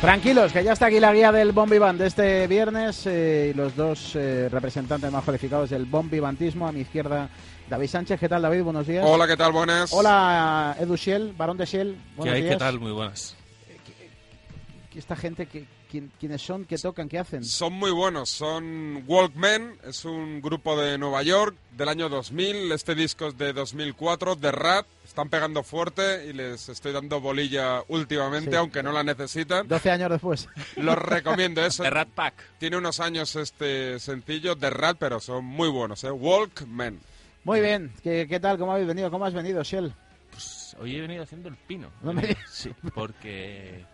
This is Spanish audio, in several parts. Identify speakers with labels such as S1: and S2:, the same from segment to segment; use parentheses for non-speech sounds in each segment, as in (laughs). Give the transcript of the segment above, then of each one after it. S1: Tranquilos, que ya está aquí la guía del Bombivant de este viernes eh, y los dos eh, representantes más cualificados del Bombivantismo. A mi izquierda, David Sánchez. ¿Qué tal, David? Buenos días.
S2: Hola, ¿qué tal? Buenas.
S1: Hola, Edu Schiel, varón de Schiel.
S3: ¿Qué
S1: Buenos
S3: hay?
S1: días.
S3: ¿Qué tal? Muy buenas.
S1: Esta gente, que, quién- ¿quiénes son? ¿Qué tocan? ¿Qué hacen?
S2: Son muy buenos, son Walkman, es un grupo de Nueva York del año 2000, este disco es de 2004, de rap, están pegando fuerte y les estoy dando bolilla últimamente,
S1: Sí.
S2: aunque no la necesitan.
S1: 12 años después.
S2: Los recomiendo
S3: (laughs)
S2: eso.
S3: The Rat Pack.
S2: Tiene unos años este sencillo de rap, pero son muy buenos, ¿eh? Walkman.
S1: Muy bien. ¿Qué, qué tal? ¿Cómo habéis venido? ¿Cómo has venido, Schiel?
S3: Pues hoy he venido haciendo el pino.
S1: No me digas.
S3: Sí, (laughs) porque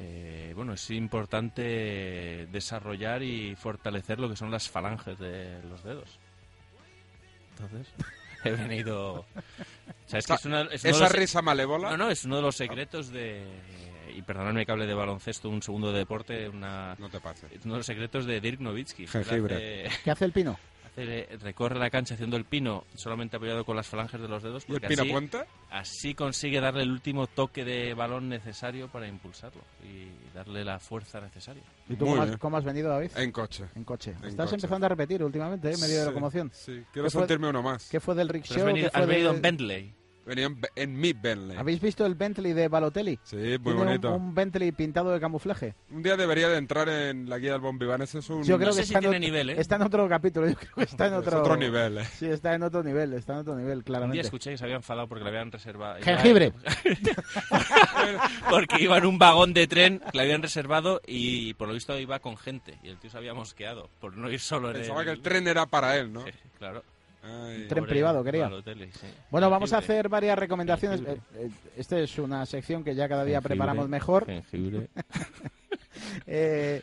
S3: eh, bueno, es importante desarrollar y fortalecer lo que son las falanges de los dedos. Entonces, (laughs) he venido. O sea, es que es una- es uno de
S2: Esa
S3: los-
S2: risa malévola.
S3: No, no, es uno de los secretos de. Y perdonadme que hable de baloncesto, un segundo de deporte, una.
S2: No te pases.
S3: Es uno de los secretos de Dirk Nowitzki. Eh, que
S2: Jengibre.
S3: hace-
S1: ¿Qué hace el Pino?
S3: hace- recorre la cancha haciendo el pino solamente apoyado con las falanges de los dedos.
S2: ¿Y el
S3: porque
S2: Pino
S3: así-
S2: Puente?
S3: Así consigue darle el último toque de balón necesario para impulsarlo y darle la fuerza necesaria.
S1: ¿Y tú
S2: Muy
S1: cómo has,
S2: bien.
S1: cómo has venido, David?
S2: En coche.
S1: En coche.
S2: en
S1: Estás
S2: coche.
S1: empezando a repetir últimamente, ¿eh? medio de
S2: Sí,
S1: locomoción.
S2: Sí, quiero
S1: ¿Qué fue-
S2: sentirme uno más.
S1: ¿Qué fue del rickshaw?
S3: Pero has venido,
S1: ¿Qué fue
S3: has venido
S1: del-
S3: en Bentley.
S2: Venía en, en mi Bentley.
S1: ¿Habéis visto el Bentley de Balotelli?
S2: Sí, muy
S1: Tiene un-
S2: bonito.
S1: Un, Bentley pintado de camuflaje.
S2: Un día debería de entrar en la guía del Bombiván. Ese es un
S1: Yo creo
S3: sé
S1: que
S3: si
S1: está, en
S3: tiene
S1: ot-
S3: nivel, ¿eh?
S1: está en otro capítulo. Yo creo que está en
S2: es
S1: otro,
S2: otro nivel. eh.
S1: Sí, está en otro nivel, está en otro nivel,
S3: Un día
S1: claramente.
S3: escuché que se había enfadado porque le habían reservado.
S1: (laughs) Jengibre.
S3: (laughs) porque iba en un vagón de tren que le habían reservado y por lo visto iba con gente. Y el tío se había mosqueado por no ir solo en
S2: Pensaba que el tren era para él, ¿no?
S3: Sí, claro.
S2: Ay.
S1: Tren privado, quería.
S3: Al hotel, sí.
S1: Bueno, vamos a
S3: Jengibre.
S1: hacer varias recomendaciones.
S3: Jengibre.
S1: Eh, eh, Esta es una sección que ya cada día
S3: Jengibre,
S1: preparamos mejor.
S3: Jengibre.
S1: Eh,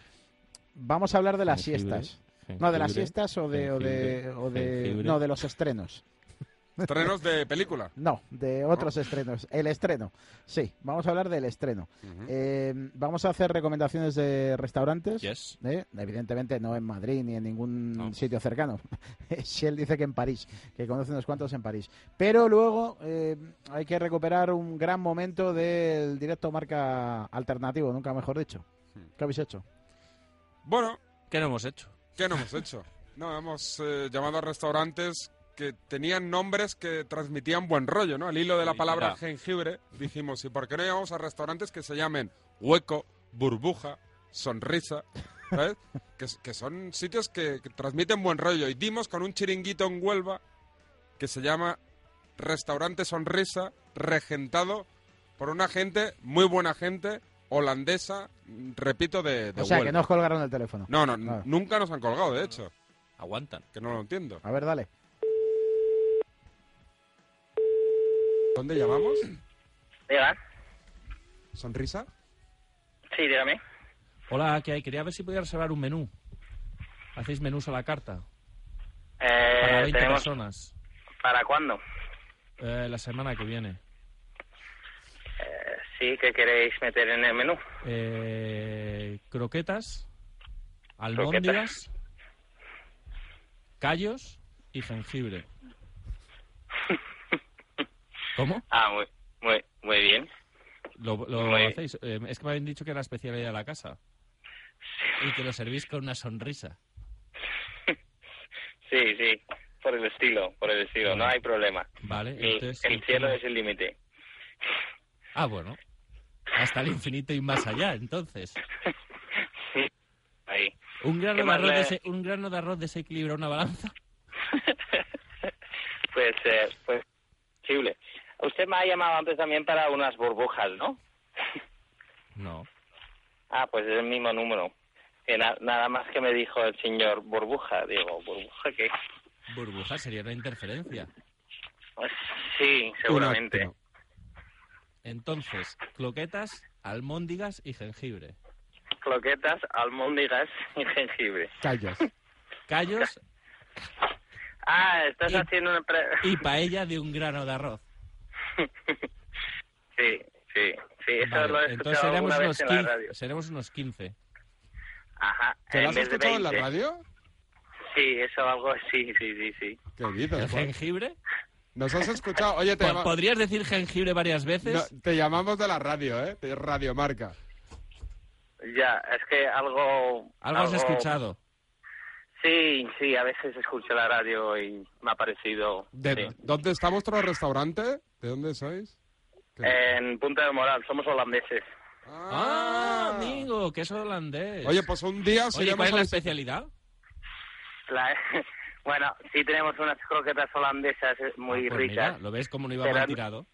S1: vamos a hablar de las
S3: Jengibre,
S1: siestas. No, de las
S3: jengibre,
S1: siestas o de... O de,
S3: jengibre,
S1: o de-
S3: jengibre.
S1: no, de los estrenos.
S2: Estrenos de película.
S1: No, de otros estrenos. El estreno. Sí, vamos a hablar del estreno.
S2: Ujú.
S1: Eh, vamos a hacer recomendaciones de restaurantes.
S3: Yes.
S1: ¿eh? Evidentemente no en Madrid ni en ningún
S3: No.
S1: sitio cercano. (laughs) Shell dice que en París, que conoce unos cuantos en París. Pero luego eh, hay que recuperar un gran momento del directo marca alternativo, nunca mejor dicho. ¿Qué habéis hecho?
S2: Bueno,
S3: ¿Qué no hemos hecho?
S2: ¿qué no hemos hecho? No, hemos eh, llamado a restaurantes que tenían nombres que transmitían buen rollo, ¿no? Al hilo de la
S3: Sí,
S2: palabra
S3: mira.
S2: jengibre, dijimos, ¿y por qué no llamamos a restaurantes que se llamen hueco, burbuja, sonrisa? ¿Sabes? que, que son sitios que, que transmiten buen rollo. Y dimos con un chiringuito en Huelva que se llama Restaurante Sonrisa, regentado por una gente, muy buena gente, holandesa, mm, repito, de, de
S1: o sea, que no
S2: Huelva.
S1: os colgaron el teléfono.
S2: No, no,
S1: Nada.
S2: nunca nos han colgado, de hecho,
S3: Aguantan.
S2: que no lo entiendo.
S1: A ver, dale.
S2: ¿Dónde llamamos?
S4: Diga,
S2: ¿Sonrisa?
S4: sí, dígame.
S3: Hola, ¿qué hay? Quería ver si podía reservar un menú. ¿Hacéis menús a la carta?
S4: Eh,
S3: Para 20
S4: tenemos
S3: personas.
S4: para cuándo.
S3: Eh, la semana que viene.
S4: Eh, sí, ¿qué queréis meter en el menú?
S3: Eh, croquetas, albóndigas, callos y
S4: (laughs)
S3: jengibre. ¿Cómo?
S4: Ah, muy, muy, muy bien.
S3: ¿Lo, lo
S4: Muy-
S3: hacéis? Eh, es que me habían dicho que era la especialidad de la casa. Y que lo servís con una sonrisa.
S4: Sí, sí, por el estilo, por el estilo, no hay problema.
S3: Vale,
S4: Mi-
S3: Eh, entonces,
S4: el cielo
S3: ¿cómo?
S4: es el límite.
S3: Ah, bueno. Hasta el infinito y más allá, entonces.
S4: Ahí.
S3: Un grano,
S4: ¿Qué
S3: de
S4: más
S3: arroz,
S4: le-
S3: dese- un grano de arroz desequilibra una balanza.
S4: Pues, eh, pues, posible. Usted me ha llamado antes también para unas burbujas, ¿no?
S3: No.
S4: Ah, pues es el mismo número. que na- nada más que me dijo el señor Burbuja, digo, ¿Burbuja qué?
S5: Burbuja sería una interferencia.
S4: Sí, seguramente.
S2: Una-
S5: Entonces, cloquetas, almóndigas y jengibre.
S4: Cloquetas, almóndigas y jengibre.
S1: Callas.
S5: Callos
S4: Ah, estás
S5: Y-
S4: haciendo una... pre-
S5: y paella de un grano de arroz.
S4: (laughs) Sí, sí, sí, eso
S5: Vale,
S4: lo he
S5: entonces
S4: escuchado
S5: seremos
S4: alguna
S5: unos,
S4: vez en la radio.
S5: 15, seremos unos 15.
S4: Ajá,
S2: ¿Te lo
S4: en
S2: has
S4: vez de
S2: escuchado en la
S4: 20.
S2: radio?
S4: Sí, eso algo, sí, sí, sí, sí.
S2: ¿Qué
S5: ¿El (laughs)
S2: dices? Juan?
S5: jengibre?
S2: Nos has escuchado. Oye, te,
S5: Po-
S2: llama-
S5: ¿Podrías decir jengibre varias veces?
S2: no, te llamamos de la radio, ¿eh? De Radiomarca.
S4: Ya, es que algo...
S5: Algo has escuchado.
S4: Sí, sí, a veces escucho la radio y me ha parecido...
S2: ¿De
S4: sí.
S2: dónde está vuestro restaurante? ¿De dónde sois? ¿Qué?
S4: En Punta del Moral, somos holandeses.
S5: ¡Ah, amigo! Que es holandés.
S2: Oye, pues un día se
S5: Oye,
S2: llama
S5: ¿cuál es la especialidad?
S4: La- (laughs) bueno, sí tenemos unas croquetas holandesas eh, muy
S5: Ah, pues
S4: ricas,
S5: mira, ¿Lo ves como no iba
S4: Pero-
S5: mal tirado?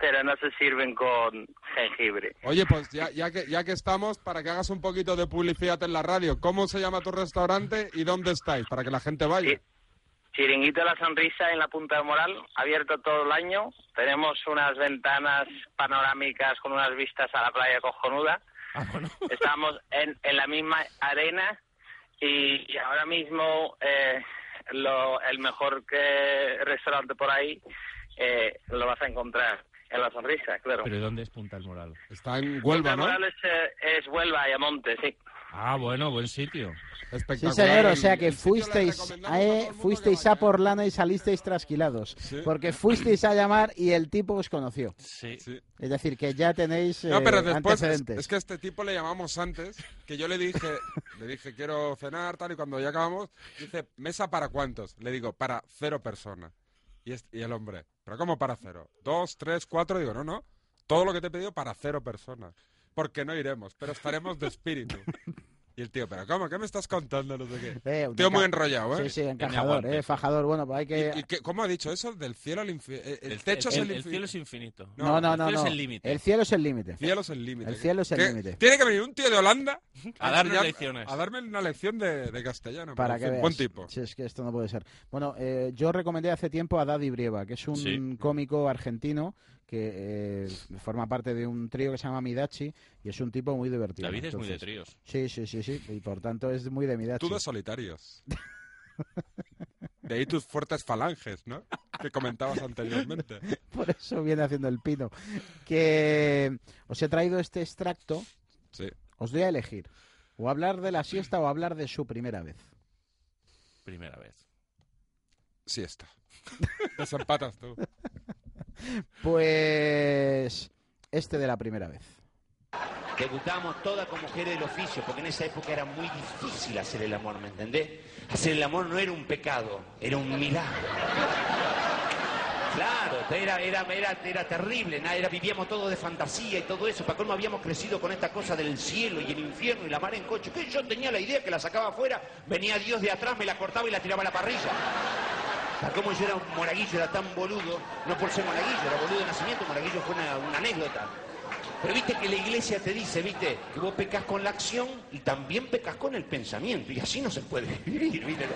S4: pero no se sirven con jengibre.
S2: Oye, pues ya, ya, que, ya que estamos, para que hagas un poquito de publicidad en la radio, ¿cómo se llama tu restaurante y dónde estáis? Para que la gente vaya.
S4: Sí. Chiringuito de la Sonrisa en la Punta del Moral, abierto todo el año. Tenemos unas ventanas panorámicas con unas vistas a la playa cojonuda.
S5: Ah, bueno.
S4: Estamos en, en la misma arena y, y ahora mismo eh, lo- el mejor que restaurante por ahí eh, lo vas a encontrar en la Sonrisa, claro.
S5: ¿Pero ¿y dónde es Punta del Moral?
S2: Está en
S4: Punta
S2: Huelva,
S4: del
S2: ¿no?
S4: Moral es, eh, es Huelva y Amonte, sí.
S5: Ah, bueno, buen sitio.
S1: Sí,
S2: Espectacular.
S1: señor, o
S2: El-
S1: sea que
S2: el sitio le
S1: fuisteis
S2: recomendamos
S1: a,
S2: todo el
S1: eh,
S2: mundo que
S1: fuisteis
S2: vaya,
S1: a
S2: ¿eh?
S1: Porlana y salisteis trasquilados.
S2: Sí.
S1: Porque fuisteis a llamar y el tipo os conoció.
S5: Sí.
S2: Sí.
S1: Es decir, que ya tenéis
S2: No,
S1: eh,
S2: pero después es,
S1: antecedentes.
S2: es que a este tipo le llamamos antes, que yo le dije, le dije quiero cenar, tal, y cuando ya acabamos, dice, ¿mesa para cuántos? Le digo, para cero personas. Y, es- y el hombre, ¿pero cómo para cero? Dos, tres, cuatro, digo, no, no, todo lo que te he pedido para cero personas. Porque no iremos, pero estaremos de espíritu. Y el tío, ¿pero cómo? ¿Qué me estás contando? No sé qué.
S1: Eh,
S2: Tío muy
S1: enca-
S2: enrollado, ¿eh?
S1: Sí, sí, encajador,
S5: aguante.
S1: eh, fajador. Bueno, pues hay que...
S2: ¿Y, y qué- cómo ha dicho eso? Del cielo al infierno. El, el techo es
S5: el,
S2: el,
S5: el
S2: infierno.
S5: cielo es infinito.
S1: No, no, no.
S5: El cielo
S1: no.
S5: es el límite.
S1: El cielo es el límite.
S2: cielo es el límite.
S1: El cielo es el
S2: Que-
S1: límite.
S2: Tiene que venir un tío de Holanda
S5: A darnos
S2: enseñar-
S5: lecciones.
S2: A darme una lección de, de castellano.
S1: Para
S2: parece
S1: que
S2: un
S1: veas.
S2: Buen tipo.
S1: Si es que esto no puede ser. Bueno, eh, yo recomendé hace tiempo a Daddy Brieva, que es un
S5: Sí.
S1: cómico argentino que eh, forma parte de un trío que se llama Midachi y es un tipo muy divertido.
S5: David es muy de
S1: Entonces,
S5: tríos.
S1: Sí, sí, sí, sí. Y por tanto es muy de Midachi.
S2: Tú de solitarios. De ahí tus fuertes falanges, ¿no? Que comentabas anteriormente.
S1: (laughs) Por eso viene haciendo el pino. Que os he traído este extracto.
S2: Sí.
S1: Os doy a elegir. O hablar de la siesta o hablar de su primera vez.
S5: Primera vez.
S2: Sí está. Desempatas tú.
S1: Pues este de la primera vez.
S6: Debutábamos todas con mujeres del oficio, porque en esa época era muy difícil hacer el amor, ¿me entendés? Hacer el amor no era un pecado, era un milagro. Claro, era, era, era, era terrible, na- era, vivíamos todo de fantasía y todo eso. Para colmo habíamos crecido con esta cosa del cielo y el infierno y la mar en coche. Que yo tenía la idea que la sacaba afuera, venía Dios de atrás, me la cortaba y la tiraba a la parrilla. Para colmo yo era un monaguillo, era tan boludo, no por ser monaguillo, era boludo de nacimiento, monaguillo fue una- una anécdota. Pero viste que la iglesia te dice, viste, que vos pecas con la acción y también pecas con el pensamiento. Y así no se puede (laughs) vivir, viste.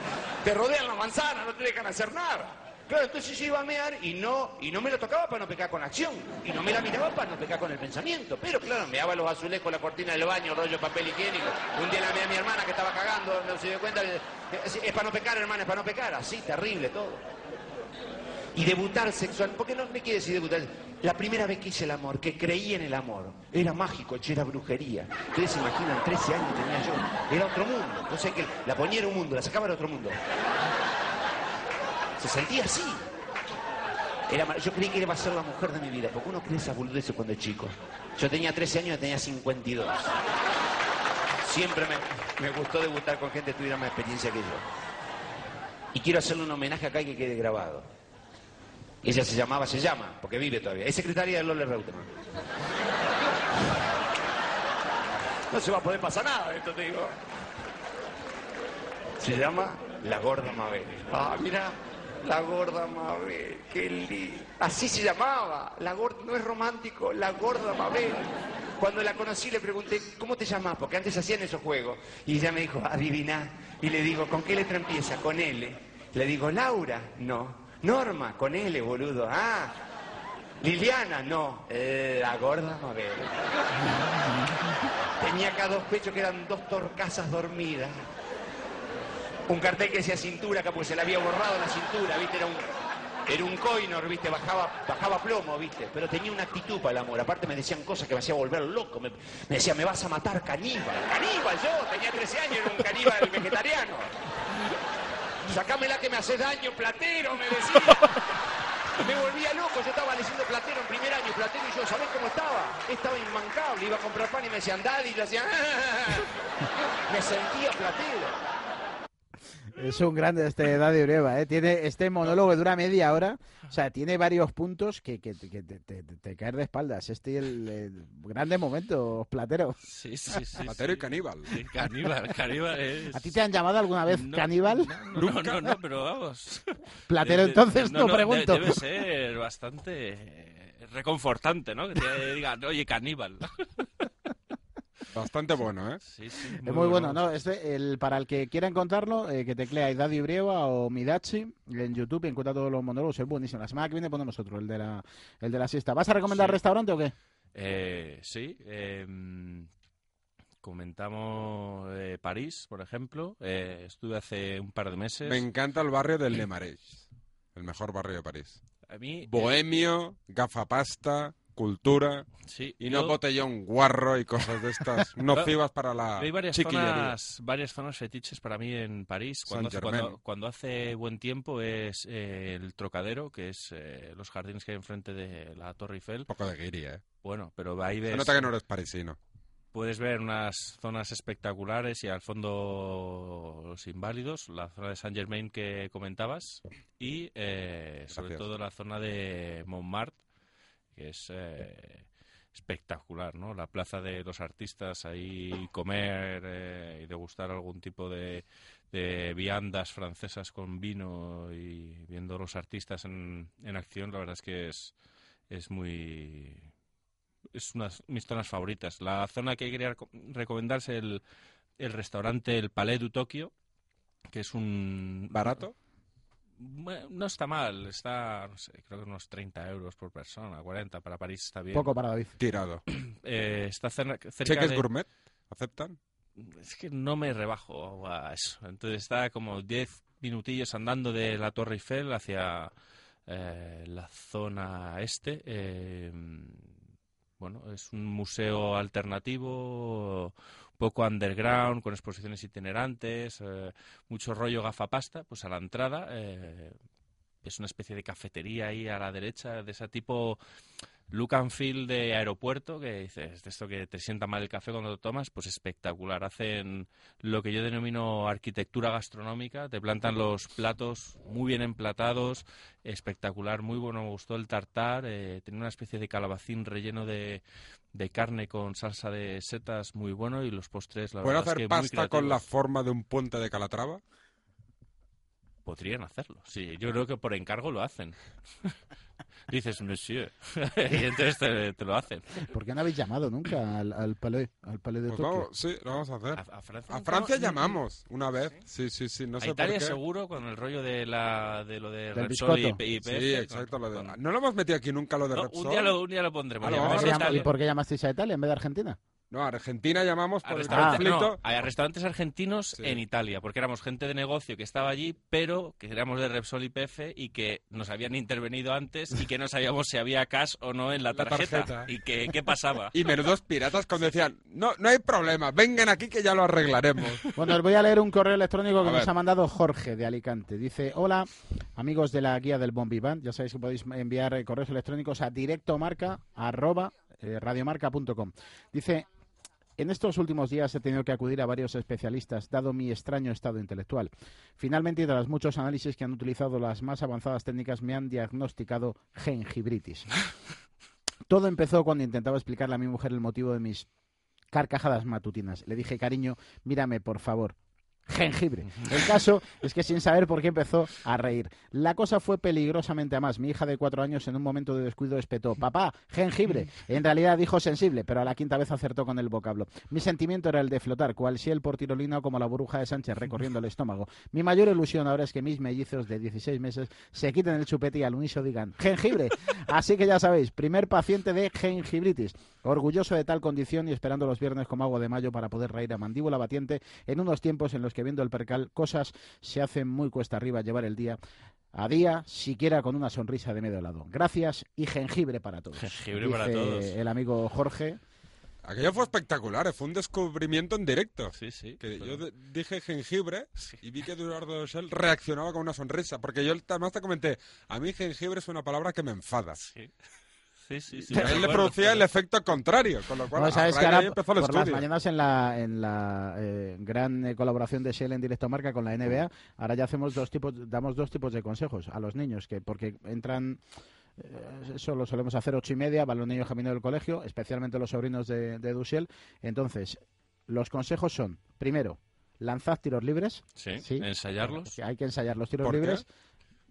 S6: Te rodean la manzana, no te dejan hacer nada. Claro, entonces yo iba a mear y no, y no me la tocaba para no pecar con la acción. Y no me la miraba para no pecar con el pensamiento. Pero claro, meaba los azulejos, la cortina del baño, rollo papel higiénico. Un día la meé a mi hermana que estaba cagando, no se dio cuenta. Es, es para no pecar, hermana, es para no pecar. Así, terrible todo y debutar sexual. ¿Por qué no me quiere decir debutar? La primera vez que hice el amor, que creí en el amor, era mágico, che, era brujería. Ustedes se imaginan, 13 años tenía yo, era otro mundo. Entonces que la ponía en un mundo, la sacaba era otro mundo. Se sentía así. Era mar- yo creí que iba a ser la mujer de mi vida, porque uno cree esas boludeces cuando es chico. Yo tenía 13 años y tenía 52. Siempre me, me gustó debutar con gente que tuviera más experiencia que yo. Y quiero hacerle un homenaje acá y que quede grabado. Ella se llamaba, se llama, porque vive todavía. Es secretaria de Lola Reutemann. No se va a poder pasar nada de esto, te digo. Se llama La Gorda Mabel. Ah, mira, La Gorda Mabel, qué lindo. Así se llamaba. La gorda, no es romántico, La Gorda Mabel. Cuando la conocí le pregunté, ¿cómo te llamas? Porque antes hacían esos juegos. Y ella me dijo, adivina. Y le digo, ¿con qué letra empieza? Con L. Le digo, Laura, no. Norma, con L, boludo. Ah. Liliana, no. Eh, la gorda, a ver. Tenía acá dos pechos que eran dos torcasas dormidas. Un cartel que decía cintura acá, porque se le había borrado la cintura, ¿viste? Era un, era un coinor, ¿viste? Bajaba, bajaba plomo, ¿viste? Pero tenía una actitud para el amor. Aparte me decían cosas que me hacía volver loco. Me, me decía, me vas a matar caníbal. Caníbal, yo tenía 13 años, era un caníbal (laughs) vegetariano. Sacámela que me hace daño, platero, me decía. Me volvía loco, yo estaba leyendo Platero en primer año, Platero y yo, ¿sabés cómo estaba? Estaba inmancable, iba a comprar pan y me decían daddy, y yo hacía... (laughs) me sentía Platero.
S1: Es un grande este Daddy Ureva, ¿eh? Tiene este monólogo que dura media hora. O sea, tiene varios puntos que, que- que te, te- te- te caes de espaldas. Este es el, el grande momento, Platero.
S5: (laughs)
S3: Sí, sí, sí.
S2: Platero y
S3: sí.
S2: caníbal.
S3: Sí, caníbal, caníbal es...
S1: ¿A ti te han llamado alguna vez
S3: No,
S1: caníbal?
S3: No, Eh, no, no, no, pero vamos.
S1: Platero,
S3: De- de-
S1: entonces no,
S3: de-
S1: pregunto.
S3: Debe ser bastante eh, reconfortante, ¿no? Que te digan, oye, caníbal.
S2: Bastante bueno, ¿eh?
S3: Sí, sí,
S1: Es muy bueno, ¿no? Este, el, para el que quiera encontrarlo, eh, que teclea Daddy Brieva o Midachi en YouTube y encuentra todos los monólogos. Es buenísimo. La semana que viene ponemos otro, el de la, el de la siesta. ¿Vas a recomendar
S3: Sí.
S1: restaurante o qué?
S3: Eh, sí. eh, comentamos eh, París, por ejemplo. Eh, estuve hace un par de meses.
S2: Me encanta el barrio del Le Marais, el mejor barrio de París.
S3: A mí... eh,
S2: Bohemio, gafapasta, cultura
S3: sí,
S2: y no
S3: yo-
S2: botellón guarro y cosas de estas nocivas para la
S3: Yo Hay varias
S2: chiquillería.
S3: zonas, varias zonas fetiches para mí en París. Cuando, hace,
S2: Saint-Germain.
S3: cuando- cuando hace buen tiempo es eh, el Trocadero, que es eh, los jardines que hay enfrente de la Torre Eiffel.
S2: Un poco de guiria, ¿eh?
S3: Bueno, pero ahí
S2: Se
S3: ves,
S2: nota que no eres parisino.
S3: puedes ver unas zonas espectaculares y al fondo los inválidos, la zona de Saint Germain que comentabas y eh, sobre
S2: Gracias.
S3: todo la zona de Montmartre, que es eh, espectacular, ¿no? La plaza de los artistas, ahí comer eh, y degustar algún tipo de, de viandas francesas con vino y viendo los artistas en, en acción, la verdad es que es, es muy... Es una de mis zonas favoritas. La zona que quería reco- recomendar es el, el restaurante El Palais du Tokio, que es un...
S2: ¿Barato?
S3: Bueno, no está mal, está, no sé, creo que unos 30 euros por persona, 40 para París está bien.
S1: Poco para David.
S2: Tirado.
S3: Eh, está cerna- cerca
S2: ¿Cheques
S3: de...
S2: gourmet? ¿Aceptan?
S3: Es que no me rebajo a eso. Entonces está como 10 minutillos andando de la Torre Eiffel hacia eh, la zona este. Eh, bueno, es un museo alternativo, poco underground, con exposiciones itinerantes, eh, mucho rollo gafapasta, pues a la entrada. eh, es una especie de cafetería ahí a la derecha, de ese tipo look and feel de aeropuerto, que dices, de esto que te sienta mal el café cuando lo tomas, pues espectacular. Hacen lo que yo denomino arquitectura gastronómica, te plantan los platos muy bien emplatados, espectacular, muy bueno, me gustó el tartar, eh, tenía una especie de calabacín relleno de, de carne con salsa de setas, muy bueno, y los postres, la
S2: ¿Puedo
S3: verdad es
S2: hacer
S3: que muy
S2: pasta con la
S3: creativos.
S2: forma de un puente de Calatrava?
S3: Podrían hacerlo, sí. Yo creo que por encargo lo (laughs) hacen. Dices, (laughs) monsieur. y entonces te, te lo hacen.
S1: ¿Por qué no habéis llamado nunca al, al Palais, al Palais de
S2: Pues
S1: Tokio?
S2: vamos, sí, lo vamos a hacer.
S3: A, a Francia,
S2: A
S3: no-
S2: Francia
S3: no-
S2: llamamos una vez. Sí, sí, sí. No
S3: a
S2: sé por
S3: Italia
S2: qué.
S3: seguro con el rollo de la de lo de
S1: Del
S3: Repsol y,
S1: biscotto.
S3: y PF,
S2: Sí,
S3: con-
S2: exacto. lo de-
S3: con-
S2: No lo hemos metido aquí nunca lo de
S3: No,
S2: Repsol.
S3: un, día lo, un día lo pondremos.
S2: Ah, lo
S1: ¿Y
S3: llamamos
S1: por
S2: vamos
S1: qué
S3: a
S1: llam- ¿Y
S3: Italia.
S1: por qué llamasteis a Italia en vez de Argentina?
S2: No, a Argentina llamamos
S3: A
S2: por el
S3: restaurantes, no,
S2: conflicto.
S3: a restaurantes argentinos
S2: Sí.
S3: en Italia, porque éramos gente de negocio que estaba allí, pero que éramos de Repsol y PF y que nos habían intervenido antes y que no sabíamos si había cash o no en la
S2: La
S3: tarjeta,
S2: tarjeta.
S3: y que
S2: (laughs)
S3: qué pasaba.
S2: Y menudos piratas cuando decían, no, no hay problema, vengan aquí que ya lo arreglaremos.
S1: Bueno, os voy a leer un correo electrónico que
S2: A
S1: nos
S2: ver.
S1: ha mandado Jorge de Alicante. Dice, hola, amigos de la guía del Bombiván. Ya sabéis que podéis enviar eh, correos electrónicos a directomarca arroba, eh, radiomarca.com. Dice, en estos últimos días he tenido que acudir a varios especialistas, dado mi extraño estado intelectual. Finalmente, y tras muchos análisis que han utilizado las más avanzadas técnicas, me han diagnosticado gengibritis. Todo empezó cuando intentaba explicarle a mi mujer el motivo de mis carcajadas matutinas. Le dije, cariño, mírame, por favor. jengibre. El caso es que sin saber por qué empezó a reír. La cosa fue peligrosamente a más. Mi hija de cuatro años en un momento de descuido espetó, papá, jengibre. En realidad dijo sensible, pero a la quinta vez acertó con el vocablo. Mi sentimiento era el de flotar, cual si el por tirolina o como la burbuja de Sánchez recorriendo el estómago. Mi mayor ilusión ahora es que mis mellizos de 16 meses se quiten el chupete y al uniso digan, jengibre. Así que ya sabéis, primer paciente de jengibritis. Orgulloso de tal condición y esperando los viernes como agua de mayo para poder reír a mandíbula batiente en unos tiempos en los que viendo el percal cosas se hacen muy cuesta arriba llevar el día a día, siquiera con una sonrisa de medio lado. Gracias y jengibre para todos.
S3: Jengibre
S1: dice
S3: para todos.
S1: El amigo Jorge.
S2: Aquello fue espectacular, eh, fue un descubrimiento en directo.
S3: Sí, sí.
S2: Que
S3: pero-
S2: yo de- dije jengibre y vi que Eduardo Shell reaccionaba con una sonrisa. Porque yo además te comenté, a mí jengibre es una palabra que me enfada.
S3: Sí, sí, sí. sí,
S2: Y a
S3: me
S2: él le
S3: acuerdo,
S2: producía el
S3: pero-
S2: efecto contrario, con lo cual
S1: No,
S2: a
S1: sabes
S2: raíz
S1: que
S2: de
S1: ahora
S2: ahí empezó el
S1: por las
S2: estudio.
S1: mañanas en la, en la eh, gran eh, colaboración de Shell en Directo Marca con la NBA, ahora ya hacemos dos tipos, damos dos tipos de consejos a los niños, que porque entran eh, eso lo solemos hacer ocho y media, van los niños camino del colegio, especialmente los sobrinos de, de Dushel. Entonces, los consejos son, primero, lanzad tiros libres.
S3: Sí,
S1: Sí.
S3: ensayarlos
S1: que Hay que ensayar los tiros
S2: ¿Por qué?
S1: libres.
S3: para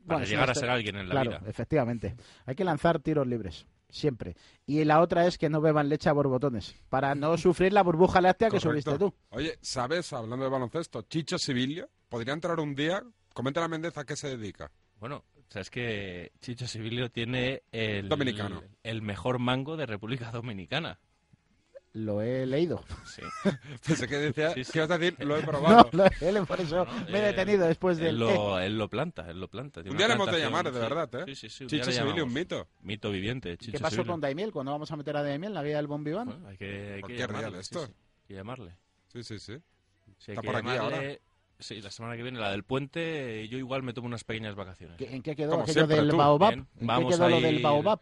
S1: Bueno, este, es una
S3: llegar a
S1: estra-
S3: ser alguien en la
S1: claro,
S3: vida.
S1: efectivamente. Hay que lanzar tiros libres, siempre. Y la otra es que no beban leche a borbotones, para
S3: (laughs)
S1: no sufrir la burbuja láctea que
S2: Correcto.
S1: subiste tú.
S2: Oye, ¿sabes? Hablando de baloncesto, Chicho Sibilio podría entrar un día. Coméntale a Méndez a qué se dedica. (laughs)
S3: Bueno, o sea, es que Chicho Sibilio tiene el,
S2: Dominicano.
S3: el mejor mango de República Dominicana.
S1: Lo he
S3: (laughs)
S1: leído. (laughs)
S3: Sí.
S2: Pensé que decía,
S3: Sí, sí.
S2: que ibas a decir,
S3: (laughs)
S2: lo he probado.
S1: No, lo he leído, por eso
S3: No,
S1: me he
S3: eh,
S1: detenido después del... (laughs)
S3: Él
S1: eh.
S3: lo, él lo planta, él lo planta. Tiene
S2: Un
S3: una
S2: día le hemos de
S3: plantación,
S2: llamar, de
S3: sí.
S2: verdad, ¿eh?
S3: Sí, sí, sí. un día
S2: Chicho
S3: le
S2: Sibilio,
S3: llamamos.
S2: un mito.
S3: Mito viviente, Chicho
S1: ¿Qué pasó
S3: Sibilio.
S1: con Daimiel? ¿Cuándo vamos a meter a Daimiel en la vida del bombiván?
S3: Bueno, hay que, hay que
S2: Porque es real
S3: llamarle. sí,
S2: esto.
S3: sí, hay que llamarle.
S2: Sí, sí, sí.
S3: Sí, hay
S2: Está
S3: que
S2: por aquí
S3: llamarle.
S2: ahora.
S3: Sí, la semana que viene, la del puente, eh, yo igual me tomo unas pequeñas vacaciones.
S1: ¿Qué- ¿En qué quedó
S2: Como
S1: aquello
S2: siempre,
S1: del
S2: tú.
S1: Baobab?
S3: Bien,
S1: ¿En qué
S3: vamos
S1: quedó
S3: a
S1: lo del
S3: ir-
S1: Baobab?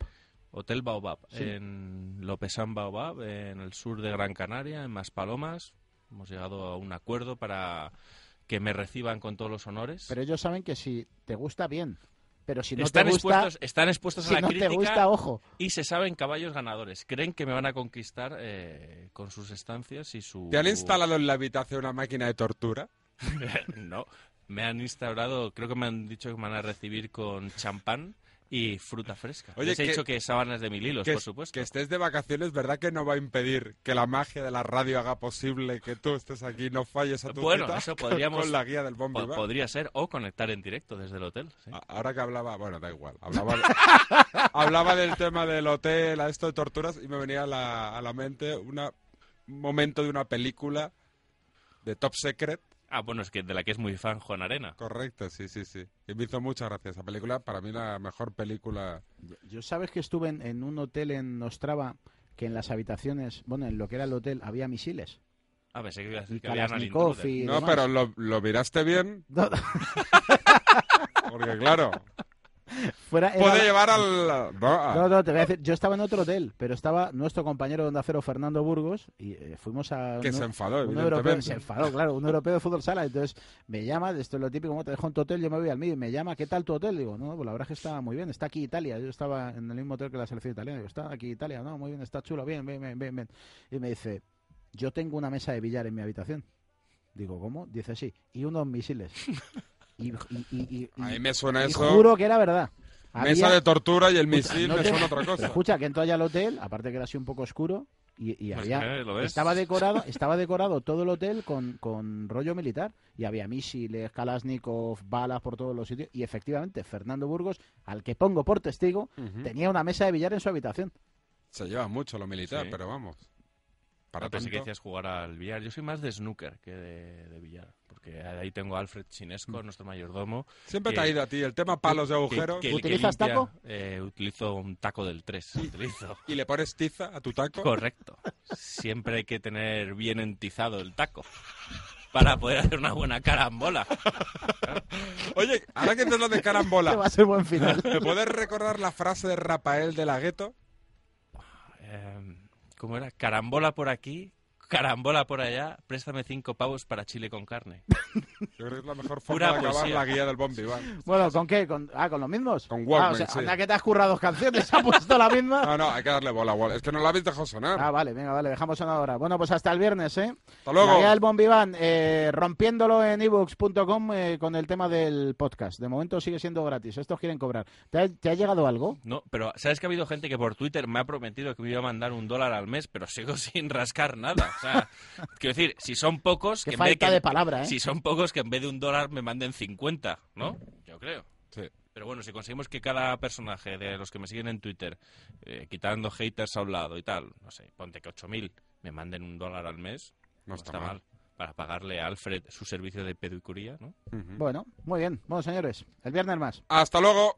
S3: Hotel Baobab,
S1: Sí.
S3: en Lopesán Baobab, en el sur de Gran Canaria, en Maspalomas. Hemos llegado a un acuerdo para que me reciban con todos los honores.
S1: Pero ellos saben que si te gusta, bien. Pero si no
S3: están,
S1: te gusta,
S3: expuestos, están expuestos
S1: si
S3: a la
S1: no te
S3: crítica
S1: gusta, ojo.
S3: y se saben caballos ganadores. Creen que me van a conquistar eh, con sus estancias y su...
S2: ¿Te han instalado en la habitación una máquina de tortura?
S3: Eh, no, me han instaurado, creo que me han dicho que me van a recibir con champán y fruta fresca.
S2: Oye,
S3: Les he
S2: que-
S3: dicho que sábanas de mil hilos,
S2: que,
S3: por supuesto.
S2: que estés de vacaciones, ¿verdad que no va a impedir que la magia de la radio haga posible que tú estés aquí y no falles a tu
S3: Bueno,
S2: cita
S3: eso
S2: con-
S3: podríamos-
S2: con la guía del Bombi
S3: Po- Pues podría ser, o conectar en directo desde el hotel. sí.
S2: Ahora que hablaba, bueno, da igual, hablaba,
S3: (laughs)
S2: hablaba del tema del hotel, a esto de torturas, y me venía a la, a la mente una- un momento de una película de Top Secret,
S3: Ah, bueno, es que de la que es muy fan Juan Arena.
S2: correcto, sí, sí, sí. Y me hizo mucha gracia esa película, para mí la mejor película
S1: Yo sabes que estuve en, en un hotel en Nostrava que en las habitaciones, bueno, en lo que era el hotel había misiles.
S3: Ah, pensé que iba a decir
S1: Y
S3: que había una
S1: Kalashnikov
S3: intruder.
S1: y
S2: No,
S1: demás.
S2: pero lo, lo miraste bien,
S1: (laughs) No, no,
S2: porque claro,
S1: fuera (laughs) era
S2: puede
S1: la-
S2: llevar al... no, a-
S1: No, no, te voy a decir, yo estaba en otro hotel, pero estaba nuestro compañero de Onda Cero, Fernando Burgos, y eh, fuimos a...
S2: que
S1: un-
S2: se enfadó,
S1: un europeo, se
S2: evidentemente.
S1: enfadó, claro, un europeo de fútbol sala. Entonces me llama, esto es lo típico, como te dejo en tu hotel, yo me voy al mío y me llama, ¿qué tal tu hotel? Digo, no, pues la verdad es que está muy bien, está aquí Italia. Yo estaba en el mismo hotel que la selección italiana, digo, está aquí Italia, no, muy bien, está chulo, bien, bien, bien, bien, bien. Y me dice, yo tengo una mesa de billar en mi habitación. Digo, ¿cómo? Dice, sí, y unos misiles. Y, y- y- y-
S2: A mí
S1: y-
S2: me suena
S1: y
S2: eso,
S1: juro que era verdad.
S2: mesa
S1: Había-
S2: de tortura y el
S1: Escucha,
S2: misil
S1: no
S2: me
S1: te- (laughs)
S2: suena otra cosa.
S1: Escucha, que entro allá al hotel, aparte que era así un poco oscuro, y, y
S3: Pues,
S1: había,
S3: eh, ¿lo ves?
S1: estaba decorado, estaba decorado todo el hotel con, con rollo militar, y había misiles, Kalashnikov, balas por todos los sitios, y efectivamente Fernando Burgos, al que pongo por testigo,
S2: Ujú.
S1: tenía una mesa de billar en su habitación. (laughs)
S2: Se lleva mucho lo militar,
S3: Sí.
S2: pero vamos. Para
S3: Ah, pensé que
S2: tanto,
S3: decías jugar al billar. Yo soy más de snooker que de, de billar. Porque ahí tengo a Alfred Chinesco,
S1: Mm.
S3: nuestro mayordomo.
S2: Siempre te
S3: que-
S2: ha ido a ti el tema palos de agujeros
S3: que- que- que
S1: ¿Utilizas
S3: limpia,
S1: taco?
S3: eh, utilizo un taco del 3. Utilizo.
S2: y le pones tiza a tu taco.
S3: Correcto. Siempre hay que tener bien entizado el taco. Para poder hacer una buena carambola.
S2: Oye, ahora que dices lo de
S1: (laughs) Que va
S2: carambola,
S1: a ser buen
S2: (laughs)
S1: final.
S2: ¿me puedes recordar la frase de Rafael de la Gueto?
S3: Eh, ¿Cómo era? Em, Carambola por aquí, Carambola por allá, préstame cinco pavos para chile con carne.
S2: Yo creo que es la mejor
S3: Pura
S2: forma de acabar
S3: poesía.
S2: la guía del Bombi, va.
S1: Bueno, ¿con qué? ¿Con, ah, ¿con los mismos?
S2: Con Walkman,
S1: Ah, o sea,
S2: sí. Ah,
S1: anda que te has currado dos canciones, (laughs) ha puesto la misma.
S2: No, no, hay que darle bola, bola. Es que no la habéis dejado sonar.
S1: Ah, vale, venga, vale, dejamos una hora. Bueno, pues hasta el viernes, ¿eh?
S2: Hasta luego.
S1: La guía del Bombiván, eh, rompiéndolo en ebooks.com eh, con el tema del podcast. De momento sigue siendo gratis, estos quieren cobrar. ¿Te ha, te ha llegado algo?
S3: No, pero ¿sabes que ha habido gente que por Twitter me ha prometido que me iba a mandar un dólar al mes, pero sigo (laughs) sin rascar nada? O sea, quiero decir, si son pocos...
S1: Qué
S3: que en vez
S1: falta
S3: que-
S1: de palabra, ¿eh?
S3: Si son pocos que en vez de un dólar me manden 50, ¿no? Yo creo.
S2: Sí.
S3: Pero bueno, si conseguimos que cada personaje de los que me siguen en Twitter, eh, quitando haters a un lado y tal, no sé, ponte que 8.000 me manden un dólar al mes, no, está, mal. Para pagarle a Alfred su servicio de peducuría, ¿no?
S2: Ujú.
S1: Bueno, muy bien. Bueno, señores, el viernes más.
S2: Hasta luego.